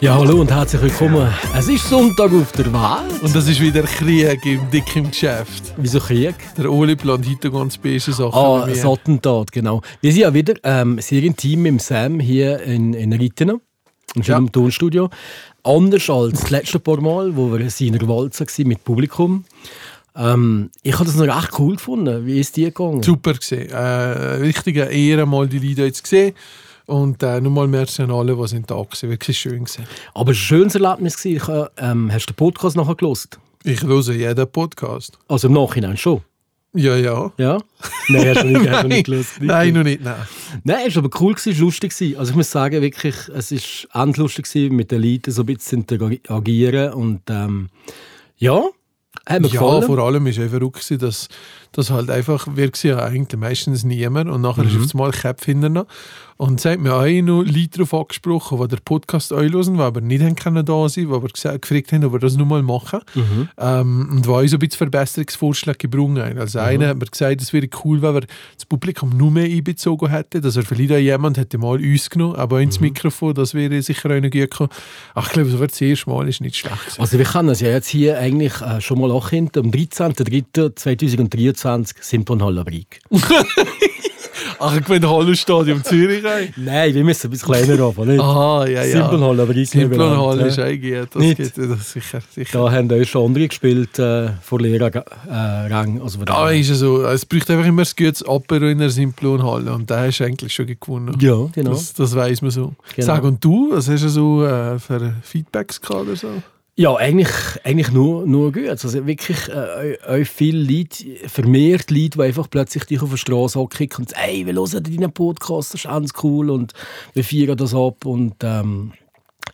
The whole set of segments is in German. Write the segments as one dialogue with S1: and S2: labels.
S1: Ja, hallo und herzlich willkommen. Es ist Sonntag auf der Welt.
S2: Und das ist wieder Krieg im dicken Geschäft.
S1: Wieso Krieg?
S2: Der Oli plant heute ganz beste Sachen.
S1: Ah,
S2: mit mir.
S1: das Attentat, genau. Wir sind ja wieder ähm, sehr intim mit dem Sam hier in, in Ritten, im Film- und Tonstudio. Anders als das letzte paar Mal, wo wir in seiner Walze waren mit Publikum. Ähm, ich habe das noch recht cool gefunden. Wie ist die gegangen?
S2: Super gesehen. Äh, richtige Ehre, mal die Leute jetzt gesehen. Und äh, nochmal merci an alle, die sind da waren. Wirklich schön gesehen.
S1: Aber es war ein schönes Erlebnis. gewesen. Ich, habe, ähm, hast du den Podcast nachher gelost?
S2: Ich höre jeden Podcast.
S1: Also im Nachhinein schon.
S2: Ja, ja.
S1: Ja? Nein, hast du nicht, hast du
S2: Nein,
S1: nicht gelost.
S2: nein, noch nicht. Nein.
S1: Nein, es war aber cool, es war lustig. gewesen. Also ich muss sagen, wirklich, es war endlustig, gewesen, mit den Leuten so ein bisschen zu interagieren. Und ähm, ja, hat mir
S2: Ja,
S1: gefallen.
S2: vor allem war es verrückt, gewesen, dass, dass halt einfach, wir waren ja eigentlich meistens niemand und nachher ist auf einmal Köpfe hinterher und es hat mir auch eh noch Leute darauf angesprochen, die den Podcast einhören, die aber nicht haben können da sein die aber gesa- gefragt haben, ob wir das nun mal machen ähm, und die uns ein bisschen Verbesserungsvorschläge gebrungen haben. Also einer hat mir gesagt, es wäre cool, wenn wir das Publikum nur mehr einbezogen hätten, dass er vielleicht auch jemand hätte mal uns genommen, aber ins Mikrofon, das wäre sicher auch noch gut gekommen. Ach, ich glaube, so wird das erste Mal ist nicht schlecht gewesen.
S1: Also wir können es ja jetzt hier eigentlich äh, schon mal ankinden. Am 13.03.2023 sind wir in Hallenbrieg.
S2: Ach, ich bin Hallenstadion Zürich rein.
S1: Nein, wir müssen ein bisschen kleiner anfangen. nicht?
S2: Ah, ja, ja.
S1: Simpelhall, aber ich
S2: Simpelhall
S1: nehme
S2: ist
S1: an,
S2: eigentlich, das
S1: ne? Nicht?
S2: geht das sicher. sicher.
S1: Da haben auch schon andere gespielt äh, vor Lehrerrang. also von
S2: Da
S1: daher-
S2: Ah, ist es so, es braucht einfach immer ein gutes Apero in der Simplonhalle und da hast du eigentlich schon gewonnen.
S1: ja, genau.
S2: Das, das weiß man so.
S1: Genau.
S2: Sag und du, was hast du so äh, für Feedbacks gehabt oder so?
S1: Ja, eigentlich, eigentlich nur, nur gut. Also wirklich, äh, auch- auch viele Leute, vermehrt Leute, die einfach plötzlich dich auf der Straße ankicken und sagen, «Hey, wir hören deinen Podcast, das ist ganz cool» und «Wir feiern das ab» und ähm,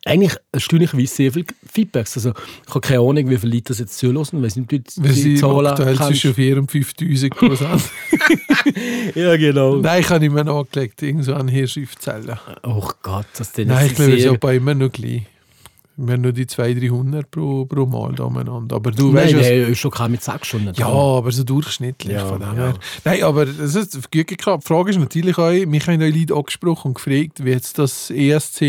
S1: eigentlich erstaunlicherweise sehr viel Feedbacks. Also ich habe keine Ahnung, wie viele Leute das jetzt zuhören, weil nicht, wie die,
S2: Wir
S1: die
S2: sind
S1: Zahlen
S2: aktuell
S1: kennst.
S2: zwischen 4 und 5000 Prozent.
S1: Ja, genau.
S2: Nein, ich habe nicht mehr angelegt, irgend so eine Hirschriftzelle.
S1: Oh Gott, das ist
S2: Nein, ich glaube, wir
S1: sehr...
S2: sind aber immer noch gleich. Wir haben nur die 200, 300 pro, pro Mal da umeinander. Aber du
S1: Nein,
S2: weißt was-
S1: nein, ist schon kein mit sechs Stunden.
S2: Ja, aber so durchschnittlich
S1: Ja,
S2: von dem
S1: ja.
S2: her. Nein, aber es ist gut geklappt. Die Frage ist natürlich auch, mich haben auch Leute angesprochen und gefragt, wie jetzt das ESC,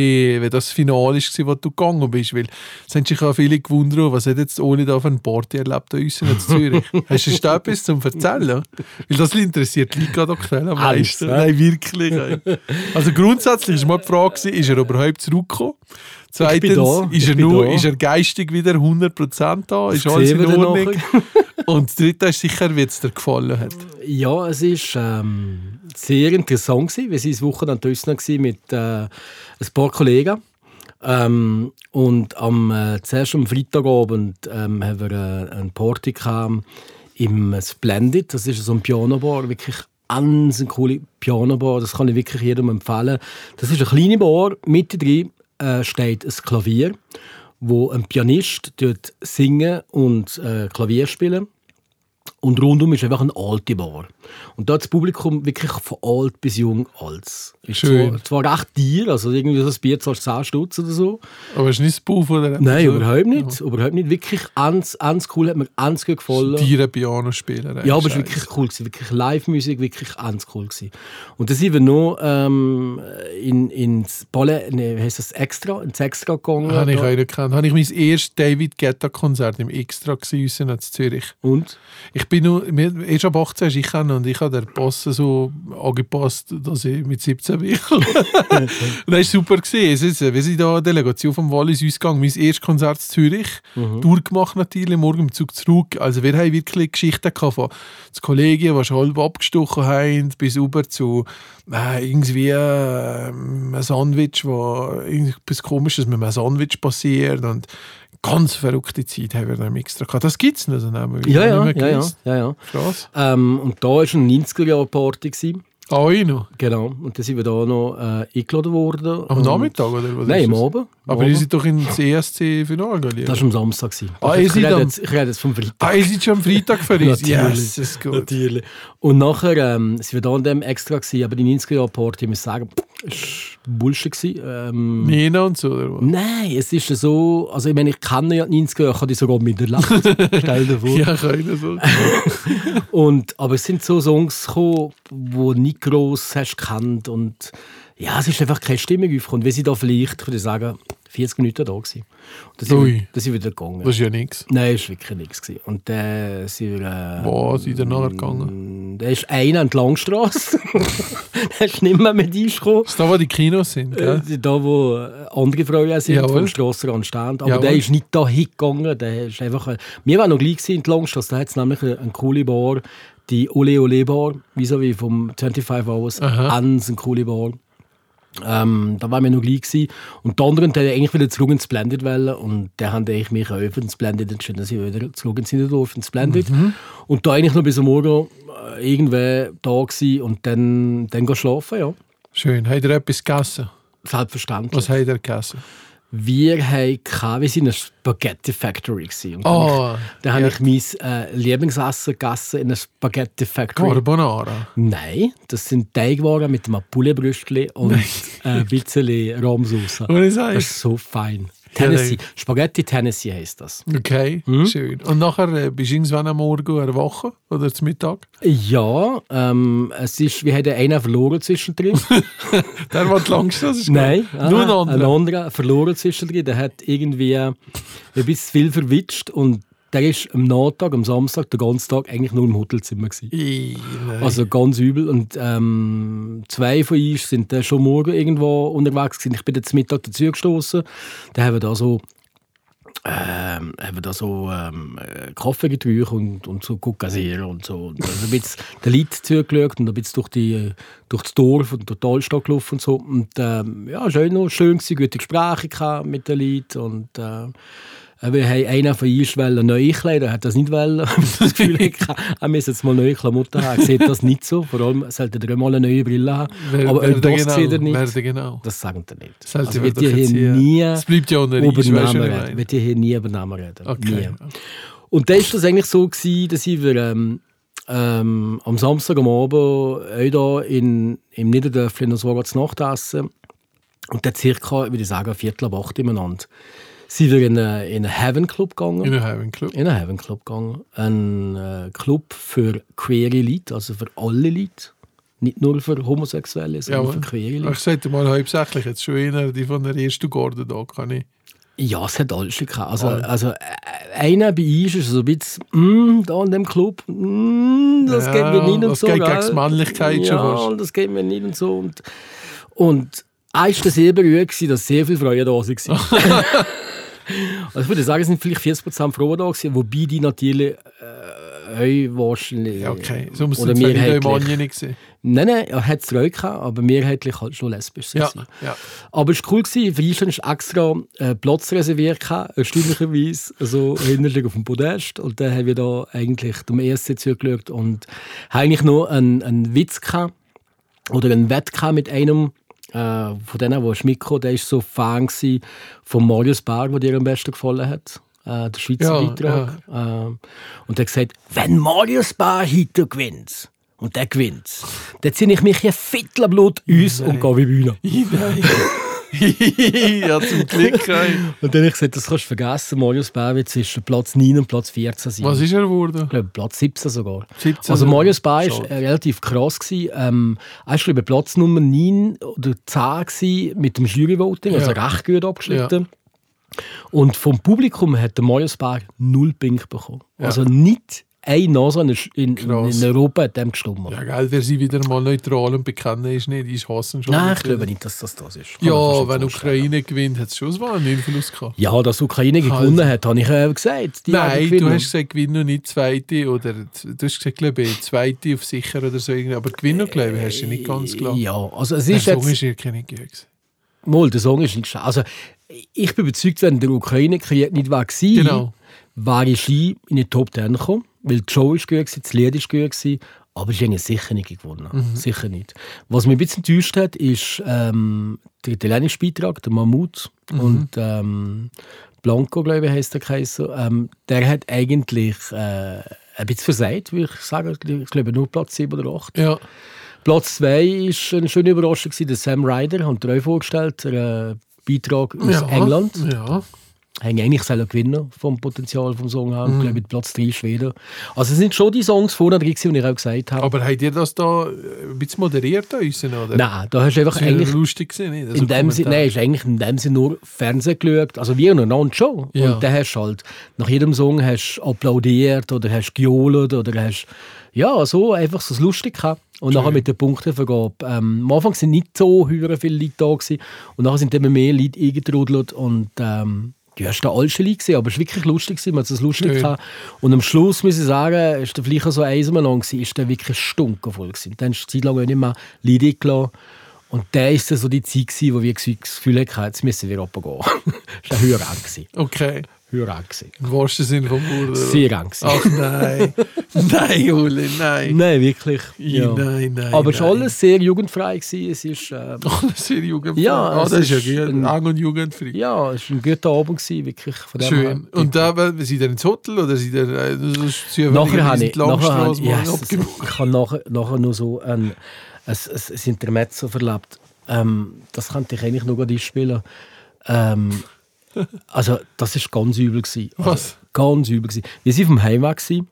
S2: wie das Finale war, wo du gegangen bist. Weil es haben sich auch viele gewundert, was hat jetzt ohne da für ein Party erlebt an uns in Zürich. Hast du da etwas zum Erzählen? Weil das interessiert die Leute gerade aktuell am
S1: Alles,
S2: meisten.
S1: ne?
S2: Nein, wirklich. ey. Also grundsätzlich war mal die Frage, gewesen, ist er überhaupt zurückgekommen? Zweitens,
S1: da,
S2: ist,
S1: ich
S2: er
S1: bin
S2: nur,
S1: da.
S2: ist er geistig wieder 100% da? Ist
S1: Das
S2: alles
S1: sehen
S2: in
S1: wir dann
S2: Ordnung?
S1: nachher.
S2: Und das dritte ist sicher, wie es dir gefallen hat.
S1: Ja, es ist ähm, sehr interessant gewesen. Wir waren das Wochenende draussen gewesen mit äh, ein paar Kollegen. Ähm, und am, äh, zuerst am Freitagabend ähm, haben wir äh, eine Party gehabt im Splendid. Das ist so ein Pianobar, wirklich ganz eine coole Pianobar. Das kann ich wirklich jedem empfehlen. Das ist eine kleine Bar, mittendrin äh, steht ein Klavier, wo ein Pianist dort singen und äh, Klavier spielen. Und rundum ist einfach eine alte Bar. Und da hat das Publikum wirklich von alt bis jung alles. Ist
S2: Schön.
S1: Zwar, zwar recht teuer, also irgendwie so ein Bier zahlst du 10 Stutz oder so.
S2: Aber es ist nicht das Puff oder etwas,
S1: Nein,
S2: oder?
S1: überhaupt nicht. Überhaupt nicht. Wirklich ganz, ganz cool, hat mir ganz gut gefallen.
S2: Tiere Piano spielen. ey,
S1: Ja, aber es
S2: Scheiss.
S1: war wirklich cool. Gewesen. Wirklich Live-Musik, wirklich ganz cool. Gewesen. Und dann sind wir noch ähm, in, ins Ballet, nee, wie heisst das, Extra, ins Extra gegangen.
S2: Habe ich auch
S1: Da-
S2: nicht gekannt. Habe ich mein erstes David Guetta-Konzert im Extra gesehen in Zürich.
S1: Und?
S2: Ich bin nur, mir- erst ab 18 ist ich kann und ich habe den Pass so angepasst, dass ich mit 17 bin. und das ist super gesehen. Es ist, äh, wir sind da eine Delegation vom Wallis ausgegangen. Mein erstes Konzert in Zürich.
S1: Mhm.
S2: Durchgemacht natürlich, morgen im Zug zurück. Also wir haben wirklich Geschichten gehabt von den Kollegen, die schon halb abgestochen haben, bis über zu äh, irgendwie äh, einem Sandwich, wo irgendwas Komisches mit einem Sandwich passiert und Ganz verrückte Zeit haben wir dann im extra gehabt. Das gibt es noch. so nebenbei.
S1: Ja,
S2: Ich
S1: ja,
S2: habe nicht
S1: ja,
S2: mehr
S1: ja,
S2: gewusst.
S1: ja, ja.
S2: Krass.
S1: Ähm, und da war eine 90er-Jahre-Party. gewesen.
S2: Ah, ich noch.
S1: Genau. Und dann sind wir da noch äh, eingeladen worden.
S2: Am
S1: Und-
S2: Nachmittag oder was?
S1: Nein,
S2: ist
S1: am
S2: das?
S1: Abend. Am
S2: Aber ihr
S1: Abend.
S2: seid doch E ins ESC-Final gegangen.
S1: Das war am Samstag. gewesen. Also
S2: Ah,
S1: ich,
S2: ihr
S1: ich,
S2: seid
S1: rede
S2: am-
S1: jetzt, ich rede jetzt vom Freitag.
S2: Ah, ihr seid schon am Freitag für uns. yes, das ist gut.
S1: Natürlich. Und nachher ähm, sind wir da an dem extra gewesen, aber die 90 er party ich muss sagen, ist Bullshit gewesen. Ähm,
S2: Nina und so, oder was?
S1: Nein, es ist so, also ich meine, ich kenne ja die 90er, ich kann die sogar miterleben. Stell dir vor.
S2: Ja, keine so.
S1: Und, aber es sind so Songs gekommen, die du nicht gross hast gekannt und ja, es ist einfach keine Stimmung aufgekommen. Wir sind da vielleicht, würde ich sagen, 40 Minuten da gewesen. Und dann sind,
S2: Ui.
S1: wir, dann sind wir wieder gegangen.
S2: Das ist ja nichts.
S1: Nein, es war wirklich nichts. gewesen. Und dann sind wir... Äh,
S2: Was sind ihr nachher gegangen?
S1: Da ist einer an die Langstrasse. da ist nicht mehr mit eingekommen.
S2: Das ist da, wo die Kinos sind, gell?
S1: Äh, Da, wo andere Frauen sind,
S2: Jawohl.
S1: vom Strassenrand stehen. Aber
S2: Jawohl.
S1: der ist nicht da hingegangen. Der ist einfach ein Wir waren noch gleich gewesen in der Langstrasse. Da hat es nämlich eine, eine coole Bar, die Ole Ole Bar, vis-à-vis vom 25 Hours. Ans, eine coole Bar. Ähm, da waren wir noch gleich gewesen. Und die anderen die haben eigentlich wieder zurück ins Blended wollen. Und dann haben die eigentlich mich auch für ins Blended entschieden, dass ich wieder zurück ins Hinterdorf, ins Blended.
S2: Mhm.
S1: Und da eigentlich noch bis am Morgen äh, irgendwer da gewesen und dann, dann gehen schlafen, ja.
S2: Schön. Habt ihr etwas gegessen?
S1: Selbstverständlich.
S2: Was habt ihr gegessen?
S1: Wir haben keine, wir sind eine Spaghetti Factory gewesen. Und
S2: Ah,
S1: da habe ich mein äh, Lieblingsessen gegessen in einer Spaghetti Factory.
S2: Carbonara.
S1: Nein, das sind Teigwaren mit einem Pouletbrüstchen und äh, ein bisschen Rahmsauce.
S2: Und
S1: Das
S2: ich sage,
S1: ist so fein. Tennessee, Spaghetti Tennessee heißt das.
S2: okay,
S1: Hm?
S2: schön. Und nachher äh, bist du irgendwann am Morgen oder Woche oder zum Mittag?
S1: Ja, ähm, es ist, wir hatten einen verloren zwischendrin.
S2: Der, der die Langstrasse ist.
S1: Nein,
S2: gegangen. Nur ein
S1: aha,
S2: anderer.
S1: Ein anderer verloren zwischendrin. Der hat irgendwie äh, ein bisschen viel verwitscht und der ist am Nachmittag, am Samstag, den ganzen Tag eigentlich nur im Hotelzimmer gewesen.
S2: Ih, nein.
S1: Also ganz übel. Und ähm, zwei von uns sind dann schon morgen irgendwo unterwegs gewesen. Ich bin dann zum Mittag dazu gestoßen. Dann haben wir da so ähm, haben wir da so ähm, äh, Kaffeegetrüche und, und so Kokasier und so. Und also ein bisschen den Leuten zugeschaut und ein bisschen durch, die, durch das Dorf und durch die Altstadt gelaufen und so. Und ähm, ja, schön noch, schön gewesen, gute Gespräche gehabt mit den Leuten und äh, wir haben einer von uns wollen neu kleiden, er hat das nicht wollen. Ich hab das Gefühl, ich kann- er müsste jetzt mal neue Klamotten haben. Er sieht das nicht so. Vor allem sollte er auch mal eine neue Brille haben.
S2: Wer-
S1: Aber
S2: wer
S1: ob
S2: der
S1: das sieht er
S2: genau,
S1: nicht.
S2: wer der genau.
S1: Das sagen die nicht.
S2: Sollte
S1: also
S2: man
S1: wird
S2: doch
S1: ihr
S2: jetzt hier-
S1: hier nie
S2: Es bleibt ja unter uns,
S1: über den
S2: weisst du,
S1: Namen
S2: was ich meine?
S1: reden. Wird ihr hier nie über den Namen reden.
S2: Okay.
S1: Nie. Und dann war das eigentlich so, gewesen, dass ich wir, ähm, ähm, am Samstag am Abend auch da in, im Niederdörfli noch so zu Nacht essen. Und dann circa, würde ich sagen, Viertel ab acht ineinander. Sind wir in einen in einen Heaven Club gegangen.
S2: In einem Heaven Club.
S1: In einen Heaven Club gegangen. Ein äh, Club für queere Leute, also für alle Leute. Nicht nur für Homosexuelle, sondern
S2: Jawohl. Also
S1: für queere Leute.
S2: Ich sagte mal hauptsächlich, jetzt schon einer, die von der ersten Garde da kann ich.
S1: Ja, es hat alles schon gehabt. Also,
S2: Ah.
S1: also äh, einer bei uns ist so ein bisschen, mm, da in dem Club, mm, das
S2: Ja,
S1: geht mir nicht und
S2: das
S1: so.
S2: geht gegen
S1: gell?
S2: die Männlichkeit schon
S1: ja,
S2: fast.
S1: und das geht mir nicht und so. Und, und eins war sehr berührt, gewesen, dass sehr viele Frauen da waren. also ich würde sagen, es sind vielleicht 40% Frauen da gewesen, wobei die natürlich äh, auch wahrscheinlich...
S2: Ja, okay. So muss
S1: oder
S2: es nicht im
S1: mehrheitlich-
S2: Onion nicht sehen.
S1: Nein, nein, er hat es Reue gehabt, aber mehrheitlich halt schon lesbisch.
S2: Ja,
S1: gewesen.
S2: ja.
S1: Aber es war cool, gewesen. für Island war extra äh, Platz reserviert, gehabt, äh, erstaunlicherweise, also hinterlich auf dem Podest. Und dann haben wir da eigentlich dem ESC zugeschaut und haben eigentlich noch einen, einen Witz gehabt, oder einen Wett gehabt mit einem äh, von denen, der ist mitgekommen, der war so Fan gewesen von Marius Berg, der dir am besten gefallen hat. Äh, der Schweizer
S2: Ja,
S1: Beitrag. Ähm, und der hat gesagt, wenn Marius Berg heute gewinnt, und der gewinnt, dann ziehe ich mich hier Viertelblut uns und gehe wie Bühne.
S2: ja, zum Glück. ey.
S1: Und dann habe ich gesagt, das kannst du vergessen, Marius Bär wird zwischen Platz 9 und Platz 14 sein.
S2: Was ist er geworden?
S1: Ich glaube, Platz 17 sogar.
S2: 17
S1: also
S2: sogar.
S1: Marius Bär war
S2: Schade.
S1: relativ krass. Gewesen. Ähm, er war glaube ich, Platz Nummer 9 oder 10 gewesen mit dem Juryvoting, also
S2: Ja.
S1: recht gut abgeschnitten. Und vom Publikum hat der Marius Bär null Pink bekommen. Also nicht eine Nase in, in,
S2: Krass.
S1: in Europa hat dem gestimmt.
S2: Ja, gell, wer sie wieder mal neutral und bekennen ist nicht, ist hassen schon.
S1: Nein,
S2: nicht.
S1: ich glaube nicht, dass das das ist. Kann
S2: Ja,
S1: man fast nicht
S2: wenn
S1: vorstellen.
S2: Ukraine gewinnt, hat es schon so einen Einfluss gehabt.
S1: Ja, dass Ukraine gewonnen hat, habe ich ja auch gesagt. Die werden
S2: Nein, du
S1: gewinnen.
S2: hast gesagt, gewinn noch nicht zweite oder du hast gesagt, glaube ich, zweite auf sicher oder so. irgendwie, Aber gewinn noch, glaube ich, hast du nicht ganz klar.
S1: Ja, also es
S2: Der
S1: ist
S2: Song
S1: jetzt...
S2: ist ja keine Gehör.
S1: Mal, der Song ist nicht schlecht. Also, ich bin überzeugt, wenn der Ukraine-Krieg nicht war,
S2: Genau.
S1: wäre ich in die Top Ten gekommen. Weil die Show war gut, gewesen, das Lied war gut, gewesen, Aber sie haben sicher nicht gewonnen.
S2: Mhm.
S1: Sicher nicht. Was mich ein bisschen enttäuscht hat, ist ähm, der italienische Beitrag, der Mammut
S2: Mhm.
S1: und ähm, Blanco, glaube ich, heisst der Kaiser. Ähm, der hat eigentlich äh, ein bisschen versagt, würde ich sagen. Ich glaube, nur Platz 7 oder 8.
S2: Ja.
S1: Platz 2 war eine schöne Überraschung, gewesen, der Sam Ryder, haben wir euch vorgestellt, der äh, Beitrag aus
S2: ja.
S1: England.
S2: Ja.
S1: Haben eigentlich sollen gewinnen vom Potenzial vom Song her.
S2: Mhm.
S1: Ich glaube, mit Platz 3 Schweden. Also es sind schon die Songs vorne drin, gewesen, die ich auch gesagt habe.
S2: Aber habt ihr das da äh, ein bisschen moderiert da unseren, oder?
S1: nein, da hast du einfach
S2: Das war
S1: eigentlich...
S2: lustig gewesen, nicht? Also
S1: in dem Sinn,
S2: Kommentar.
S1: nein, ist eigentlich in dem Sinn nur Fernsehen geschaut, also wie und non schon.
S2: Ja.
S1: Und dann hast du halt, nach jedem Song hast du applaudiert oder hast gejohlt oder hast, ja, so einfach so das Lustig gehabt. Und nachher mit den Punktenvergabe. Ähm, am Anfang sind nicht so höher viele Leute da gewesen. und nachher sind immer mehr Leute eingetrudelt und ähm, du hast da alles schon gesehen, aber es war wirklich lustig, gewesen, man hat es lustig
S2: Schön.
S1: gehabt. Und am Schluss, muss ich sagen, ist der vielleicht auch so eisenmann lang gewesen, ist der wirklich stunkenvoll gewesen. Dann hast du eine Zeit lang auch nicht mehr Leute eingeladen. Und da war so die Zeit, gewesen, wo wir das Gefühl hatten, jetzt müssen wir runtergehen. das war höher eng. gewesen.
S2: Okay,
S1: Höher eng. gewesen.
S2: im wahrsten Sinn vom Wort. oder?
S1: Sehr eng. gewesen.
S2: Ach nein. nein, Uli, nein.
S1: Nein, wirklich. Ja.
S2: Nein, nein.
S1: Aber es war
S2: nein. Oh.
S1: alles sehr jugendfrei. Gewesen. Es ist, äh,
S2: Alles sehr jugendfrei.
S1: Ja,
S2: ah,
S1: es
S2: das ist
S1: ist
S2: ja gut.
S1: ein-
S2: Lang und jugendfrei.
S1: ja, es war ein guter Abend, gewesen, wirklich. Von dem
S2: Schön.
S1: her.
S2: Und da, weil- seid ihr ins Hotel oder seid ihr äh, sonst zufällig
S1: nachher
S2: in
S1: habe
S2: die
S1: ich, nachher habe ich,
S2: Langstrasse mal
S1: yes,
S2: abgenommen?
S1: ich habe nachher, nachher nur so ein, ein, ein, ein Intermezzo verlebt. Ähm, das könnte ich eigentlich nur gerade einspielen. Ähm, also das ist ganz übel gewesen. Also,
S2: Was?
S1: Ganz übel gewesen. Wir sind vom Heimweg gewesen.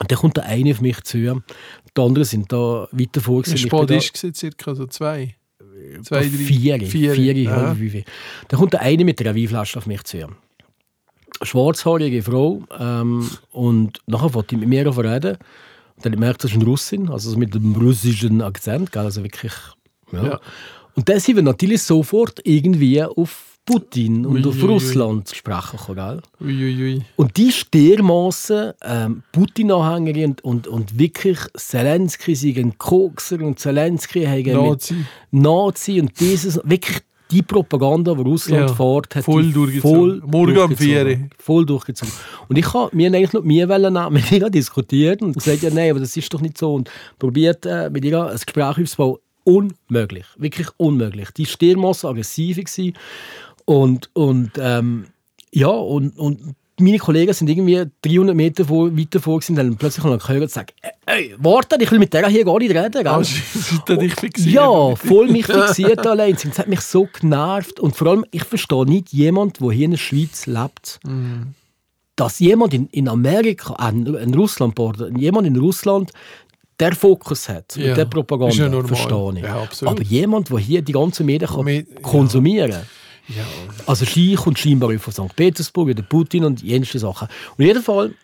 S1: Und dann kommt der eine auf mich zu. Die anderen sind da weiter vor. gewesen.
S2: Es
S1: Ich bin
S2: war spät
S1: da- Äh,
S2: ist gewesen, circa so zwei. Zwei, drei.
S1: vier, vier, vier
S2: ja.
S1: halb fünf. Da kommt der eine mit einer Weinflasche auf mich zu. Schwarzhaarige Frau. Ähm, und nachher wollte ich mit mir davon reden. Und dann merkt das ist eine Russin, also so mit einem russischen Akzent, gell, also wirklich. Ja.
S2: Ja.
S1: Und dann sind wir natürlich sofort irgendwie auf Putin und
S2: Ui,
S1: auf
S2: ui, ui.
S1: Russland zu sprechen gekommen, gell?
S2: Uiuiui.
S1: Und die ist dermassen ähm, Putin-Anhängerin und, und, und wirklich Zelensky sei ein Kokser und Zelensky haben
S2: Nazi.
S1: Nazi und dieses, wirklich die Propaganda, die Russland
S2: Ja,
S1: fährt, hat
S2: voll
S1: die
S2: durchgezogen. Morgen um am
S1: durchgezogen.
S2: Vieri.
S1: Voll durchgezogen. Und ich habe mir eigentlich noch mir wollen nehmen, mit ihr diskutiert und gesagt, ja nein, aber das ist doch nicht so und probiert äh, mit ihr ein Gespräch aufzubauen. Unmöglich, wirklich unmöglich. Die war dermassen aggressiv gewesen. und und ähm, ja und, und meine Kollegen sind irgendwie 300 Meter vor, weiter vor gewesen, und dann plötzlich haben wir gehört und gesagt, ey, warte, ich will mit der hier gar nicht reden. gell?
S2: Ah, seid ihr dich fixiert?
S1: Ja, voll mich fixiert allein. Es hat mich so genervt. Und vor allem, ich verstehe nicht jemand, der hier in der Schweiz lebt, dass jemand in, in Amerika, äh, in in Russland, pardon, jemand in Russland der Fokus hat
S2: Ja,
S1: mit der Propaganda,
S2: ist ja normal.
S1: verstehe ich.
S2: Ja, absolut.
S1: Aber jemand, der hier die ganzen Medien kann
S2: Mit- ja.
S1: konsumieren
S2: Ja.
S1: also Ski kommt scheinbar von St. Petersburg, über Putin und jenste Sachen. Und jeden Fall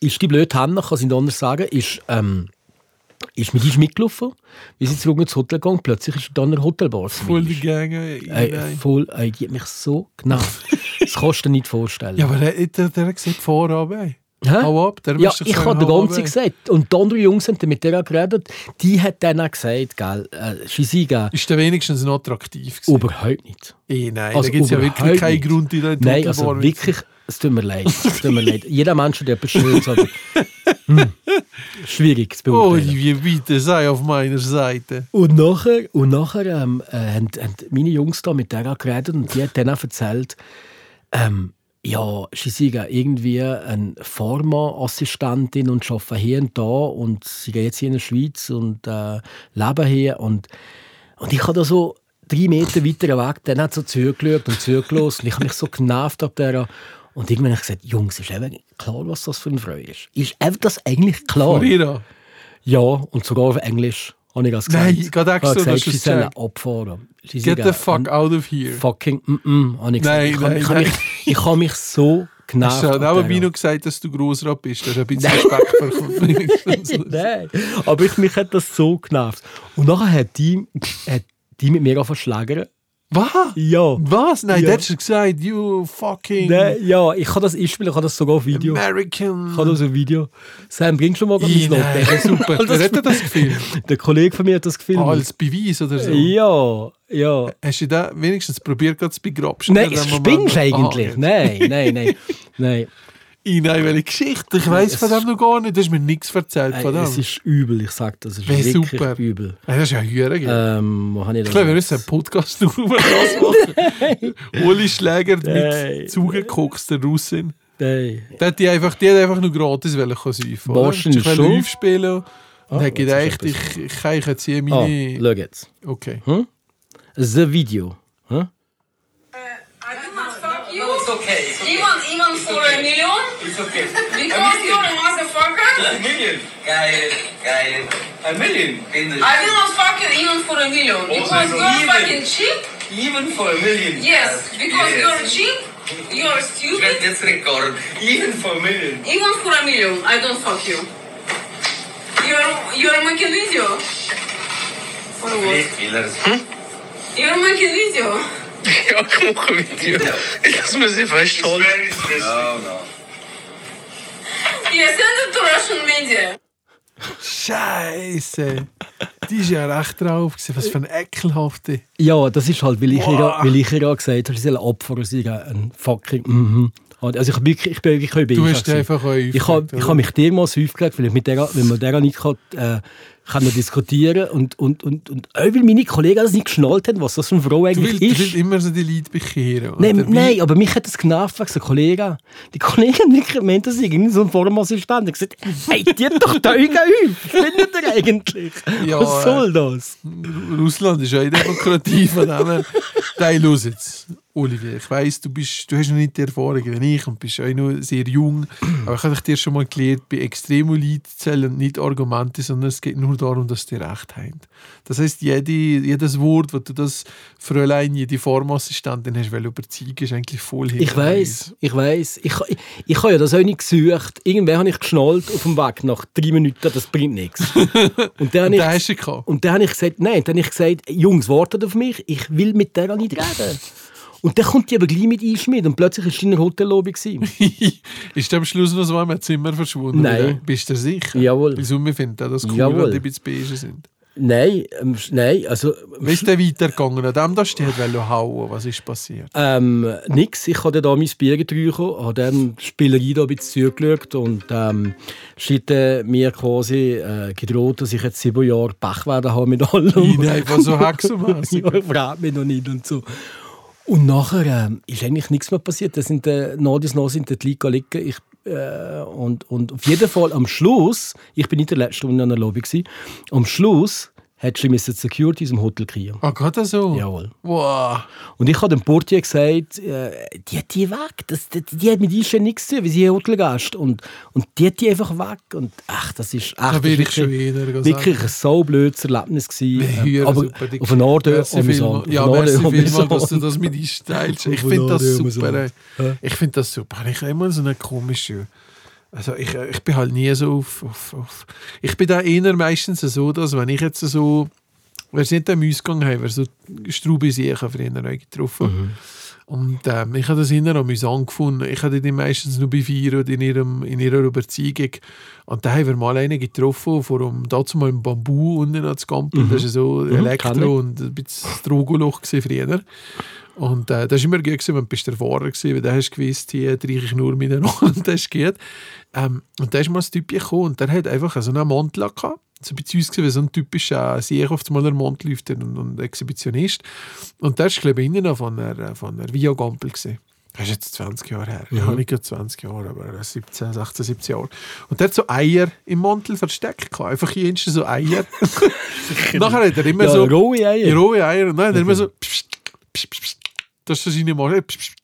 S1: ist die blöde Henne, kann ich nicht anders sagen, ist, ähm, ist mit ihr mitgelaufen. Wir sind zurück ins Hotel gegangen, plötzlich ist dann eine Hotelbar. zu mir.
S2: Voll die Gänge.
S1: Ey,
S2: nein.
S1: voll, ey, die hat mich so genervt. das kannst du dir nicht vorstellen.
S2: Ja, aber der, der, der sieht vorab. ey.
S1: Hä?
S2: Hau ab. Der
S1: Ja,
S2: müsste
S1: ich
S2: sagen,
S1: habe den
S2: hau ab,
S1: ganzen
S2: ey.
S1: gesagt. Und die anderen Jungs haben dann mit der geredet. Die hat dann auch gesagt, gell, äh, Shisiga,
S2: Ist der wenigstens noch attraktiv gewesen?
S1: überhaupt nicht.
S2: Eh, nein,
S1: Also
S2: da gibt es ja
S1: überhaupt
S2: wirklich keinen
S1: nicht.
S2: Grund, in der
S1: Nein, also wirklich, es tut mir leid. Es tut mir leid. Jeder Mensch, der etwas Schönes hat. Hm. Schwierig zu
S2: Oh,
S1: beurteilen.
S2: wie bitte, sei auf meiner Seite.
S1: und nachher, und nachher ähm, äh, haben, haben meine Jungs da mit der geredet und die hat dann auch erzählt, ähm, ja, sie sei ja irgendwie eine Pharma-Assistentin und arbeiten hier und da und sie geht jetzt hier in der Schweiz und äh, leben hier und Und ich habe da so drei Meter weiter weg, dann hat so zugeschaut und zugelassen. Und ich habe mich so genervt ab der. Und irgendwann habe ich gesagt, Jungs, ist eben klar, was das für eine Frau ist. Ist eben das eigentlich klar?
S2: Corina.
S1: Ja, und sogar auf Englisch habe ich das gesagt.
S2: Nein, gerade extra,
S1: Ich habe
S2: dass
S1: gesagt,
S2: du
S1: sie
S2: es
S1: sollen
S2: checkst.
S1: abfahren. Sie
S2: Get the
S1: sagen,
S2: fuck out of here.
S1: Fucking, mm, mm, habe ich gesagt.
S2: Nein,
S1: ich, habe,
S2: nein,
S1: ich, habe
S2: nein.
S1: Mich, ich habe mich so
S2: Hast
S1: genervt.
S2: du
S1: ab
S2: auch
S1: dieser.
S2: Bino gesagt, dass du Grossrat bist? Das ist ein bisschen Respekt vor wenigstens.
S1: Nein, aber ich, mich hat das so genervt. Und nachher hat die, hat die mit mir angefangen zu schlagern.
S2: Was?
S1: Ja.
S2: Was? Nein,
S1: Ja.
S2: das hast du gesagt, you fucking
S1: Nein, ja, ich kann das einspielen, ich habe das sogar auf Video.
S2: American.
S1: Ich habe das auf Video. Sam, bringst du schon mal
S2: I,
S1: mein
S2: nein,
S1: Notebook?
S2: super.
S1: Das-
S2: Wer hat denn das gefilmt?
S1: Der Kollege von mir hat das gefilmt.
S2: Als Beweis oder so.
S1: Ja, ja.
S2: Hast du da wenigstens probiert, gerade zu begrapschen?
S1: Nein,
S2: in dem
S1: es
S2: Moment?
S1: spinnst
S2: Ah,
S1: eigentlich. Ah, nein, nein, nein. nein.
S2: Ich nein, welche Geschichte? Ich weiß
S1: Es
S2: von dem noch gar nicht. Du hast mir nichts erzählt
S1: Ey,
S2: von dem.
S1: es ist übel, ich sage das, es ist
S2: Wär
S1: wirklich
S2: super.
S1: übel.
S2: Ey, das ist ja hürig.
S1: Ähm, wo habe ich
S2: ich
S1: das
S2: glaube, wir
S1: jetzt?
S2: müssen einen Podcast nur über das machen. Uli Schläger
S1: Nein.
S2: mit zugekoxter Russin.
S1: Nein.
S2: Die hat die einfach, die hat einfach nur gratis wollen säufen. oder?
S1: Wahrscheinlich
S2: Die wollte
S1: schon.
S2: aufspielen und
S1: Ah, jetzt ist
S2: hat gedacht,
S1: etwas.
S2: ich, ich kann jetzt hier
S1: Ah,
S2: meine...
S1: schau jetzt.
S2: Okay.
S1: The Video. Hm?
S3: Fuck you.
S4: It's okay. It's okay.
S3: Even, even for a million?
S4: It's okay.
S3: Because you're a motherfucker?
S4: A million.
S5: Geil, geil.
S4: A million.
S5: Bin ich.
S3: I will not fuck you even for a million. Because
S4: no,
S3: you're
S4: even.
S3: fucking cheap?
S4: Even for a million.
S3: Yes. Because
S5: Yes.
S3: you're cheap? You're
S5: Ich werd
S3: stupid?
S5: jetzt Rekord.
S4: Even for a million.
S3: Even for a million, I don't fuck you. You're, you're making video? For what?
S5: Pillars.
S3: You're making video?
S6: Ja, komm, komm mit dir. Das muss ich verstehen.
S4: Very stressful.
S5: Oh no.
S3: Yeah, send it to Russian media.
S2: Scheiße. Die ist ja recht drauf. gewesen. Was für ein ekelhafte.
S1: Ja, das ist halt, weil ich, ihr, weil ich ihr ja gesagt habe, sie sollen Opfer sein, ein fucking mhm. Also ich bin wirklich, ich bin wirklich ein
S2: Du
S1: bisschen
S2: hast
S1: gewesen.
S2: einfach auch
S1: Ich habe
S2: aufgeregt,
S1: ich
S2: oder?
S1: hab mich dir mal so aufgeregt, weil ich mit der, wenn man mit der nicht kann, äh, kann man diskutieren und, und, und, und auch weil meine Kollegen das nicht geschnallt haben, was das für eine Frau
S2: Du
S1: eigentlich
S2: willst, du
S1: ist.
S2: willst immer so die Leute bekehren. oder?
S1: Nein,
S2: Dabei-
S1: nein, aber mich hat das genervt wegen so Kollegen. Die Kollegen haben wirklich gemeint, das ist irgendwie so ein Formassistent. Ich gesagt, hey, die hat doch die Augen auf. Findet ihr eigentlich?
S2: Ja, äh,
S1: Was soll das?
S2: Russland ist ja eine Demokratie von denen. Nein, los jetzt. Olivier, ich weiss, du, bist, du hast noch nicht die Erfahrung wie ich und bist auch noch sehr jung. Aber ich habe dir schon mal gelernt, bei extremen Leuten zählen nicht Argumente, sondern es geht nur darum, dass die Recht haben. Das heisst, jede, jedes Wort, das du das Fräulein, jede Formassistentin hast, weil überzeugen, ist eigentlich voll
S1: Ich weiß, ich weiß. Ich, ich, ich habe ja das auch nicht gesucht. Irgendwann habe ich geschnallt auf dem Weg nach drei Minuten, das bringt nichts. Und dann habe
S2: Da
S1: ich,
S2: hast du gehabt.
S1: und dann habe ich gesagt, nein, dann habe ich gesagt, Jungs, wartet auf mich, ich will mit der nicht reden. Und dann kommt die aber gleich mit einschmieden und plötzlich war sie in der Hotellobby. gewesen.
S2: ist am Schluss noch so einmal im Zimmer verschwunden?
S1: Nein.
S2: oder? Bist du dir sicher?
S1: Jawohl.
S2: Wieso wir finden auch das cool,
S1: Jawohl.
S2: wenn die ein bisschen beige sind.
S1: nein, ähm, sch- nein, also
S2: Wie ist der weitergegangen? An dem da steht, weil du hauen. Was ist passiert?
S1: ähm, nix. Ich habe da mein Bier getrunken, habe dann die Spielerei da ein bisschen zugeschaut und ähm, schitte mir quasi äh, gedroht, dass ich jetzt sieben Jahre Pech werde haben mit allem.
S2: Nein, was so hexenmässig.
S1: ja, fragt mich noch nicht und so. Und nachher ähm, ist eigentlich nichts mehr passiert. Da sind äh, Nadis noch sind die Liga liegen. Ich, äh, und, und auf jeden Fall am Schluss, ich bin in der letzten Runde an der Lobby, gewesen, am Schluss hättest du müssen die Securities im Hotel kriegen.
S2: Ah, geht das so?
S1: Jawohl.
S2: Wow.
S1: Und ich habe dem Portier gesagt, äh, die hat die weg. Das, die, die hat mit ihr schon nichts zu tun, weil sie ein Hotelgast Und Und die hat die einfach weg. Und ach, das ist ach,
S2: Da
S1: das ist
S2: will ich schon
S1: wirklich-
S2: wieder sagen.
S1: Wirklich ein so blödes Erlebnis gewesen.
S2: Hüre,
S1: Ähm, aber
S2: super, die-
S1: auf eine Art
S2: Merci
S1: amüsant.
S2: vielmals. Ja,
S1: Auf eine Art
S2: merci vielmals,
S1: amüsant.
S2: dass du das mit uns teilst. Ich
S1: Auf eine
S2: finde
S1: Art
S2: das super.
S1: amüsant.
S2: ey. Ich finde das super. Ich habe immer so eine komische... Also ich, ich bin halt nie so auf, auf, auf... Ich bin da eher meistens so, dass wenn ich jetzt so... Wir sind am Ausgang, haben wir so Straubensiechen früher noch getroffen.
S1: Mhm.
S2: Und ähm, ich habe das immer amüsant gefunden. Ich hatte die meistens nur bei vier oder in, ihrem, in ihrer Überzeugung. Und da haben wir mal einen getroffen, vor einem, dazu mal im Bambu unten an Gampel. Das war so
S1: Mhm. kenn ich.
S2: Elektro und ein bisschen das Drogoloch gewesen früher. Und äh, das war immer gut, gewesen, wenn du bist der Fahrer warst, weil dann hast du gewusst, hier drehe ich nur mit und das geht. Ähm, und da ist mal ein Typ gekommen und der hat einfach so einen Mantel gehabt. So bei uns gewesen, so ein typischer äh, Seehoffsmaler Mantelüfter und, und Exhibitionist. Und der war, glaube ich, innen noch von einer, von einer Via Gampel. Gewesen. Das ist jetzt 20 Jahre her. Ja, nicht gerade 20 Jahre, aber äh, 17, 16, 17 Jahre. Und der hat so Eier im Mantel versteckt. gehabt. Einfach hier so Eier. Nachher hat er immer
S1: Ja,
S2: so.
S1: rohe Eier.
S2: Rohe Eier. Und dann hat er immer so. Pst, pst, pst, pst. Das ist so seine Masche. Pst, pst, pst.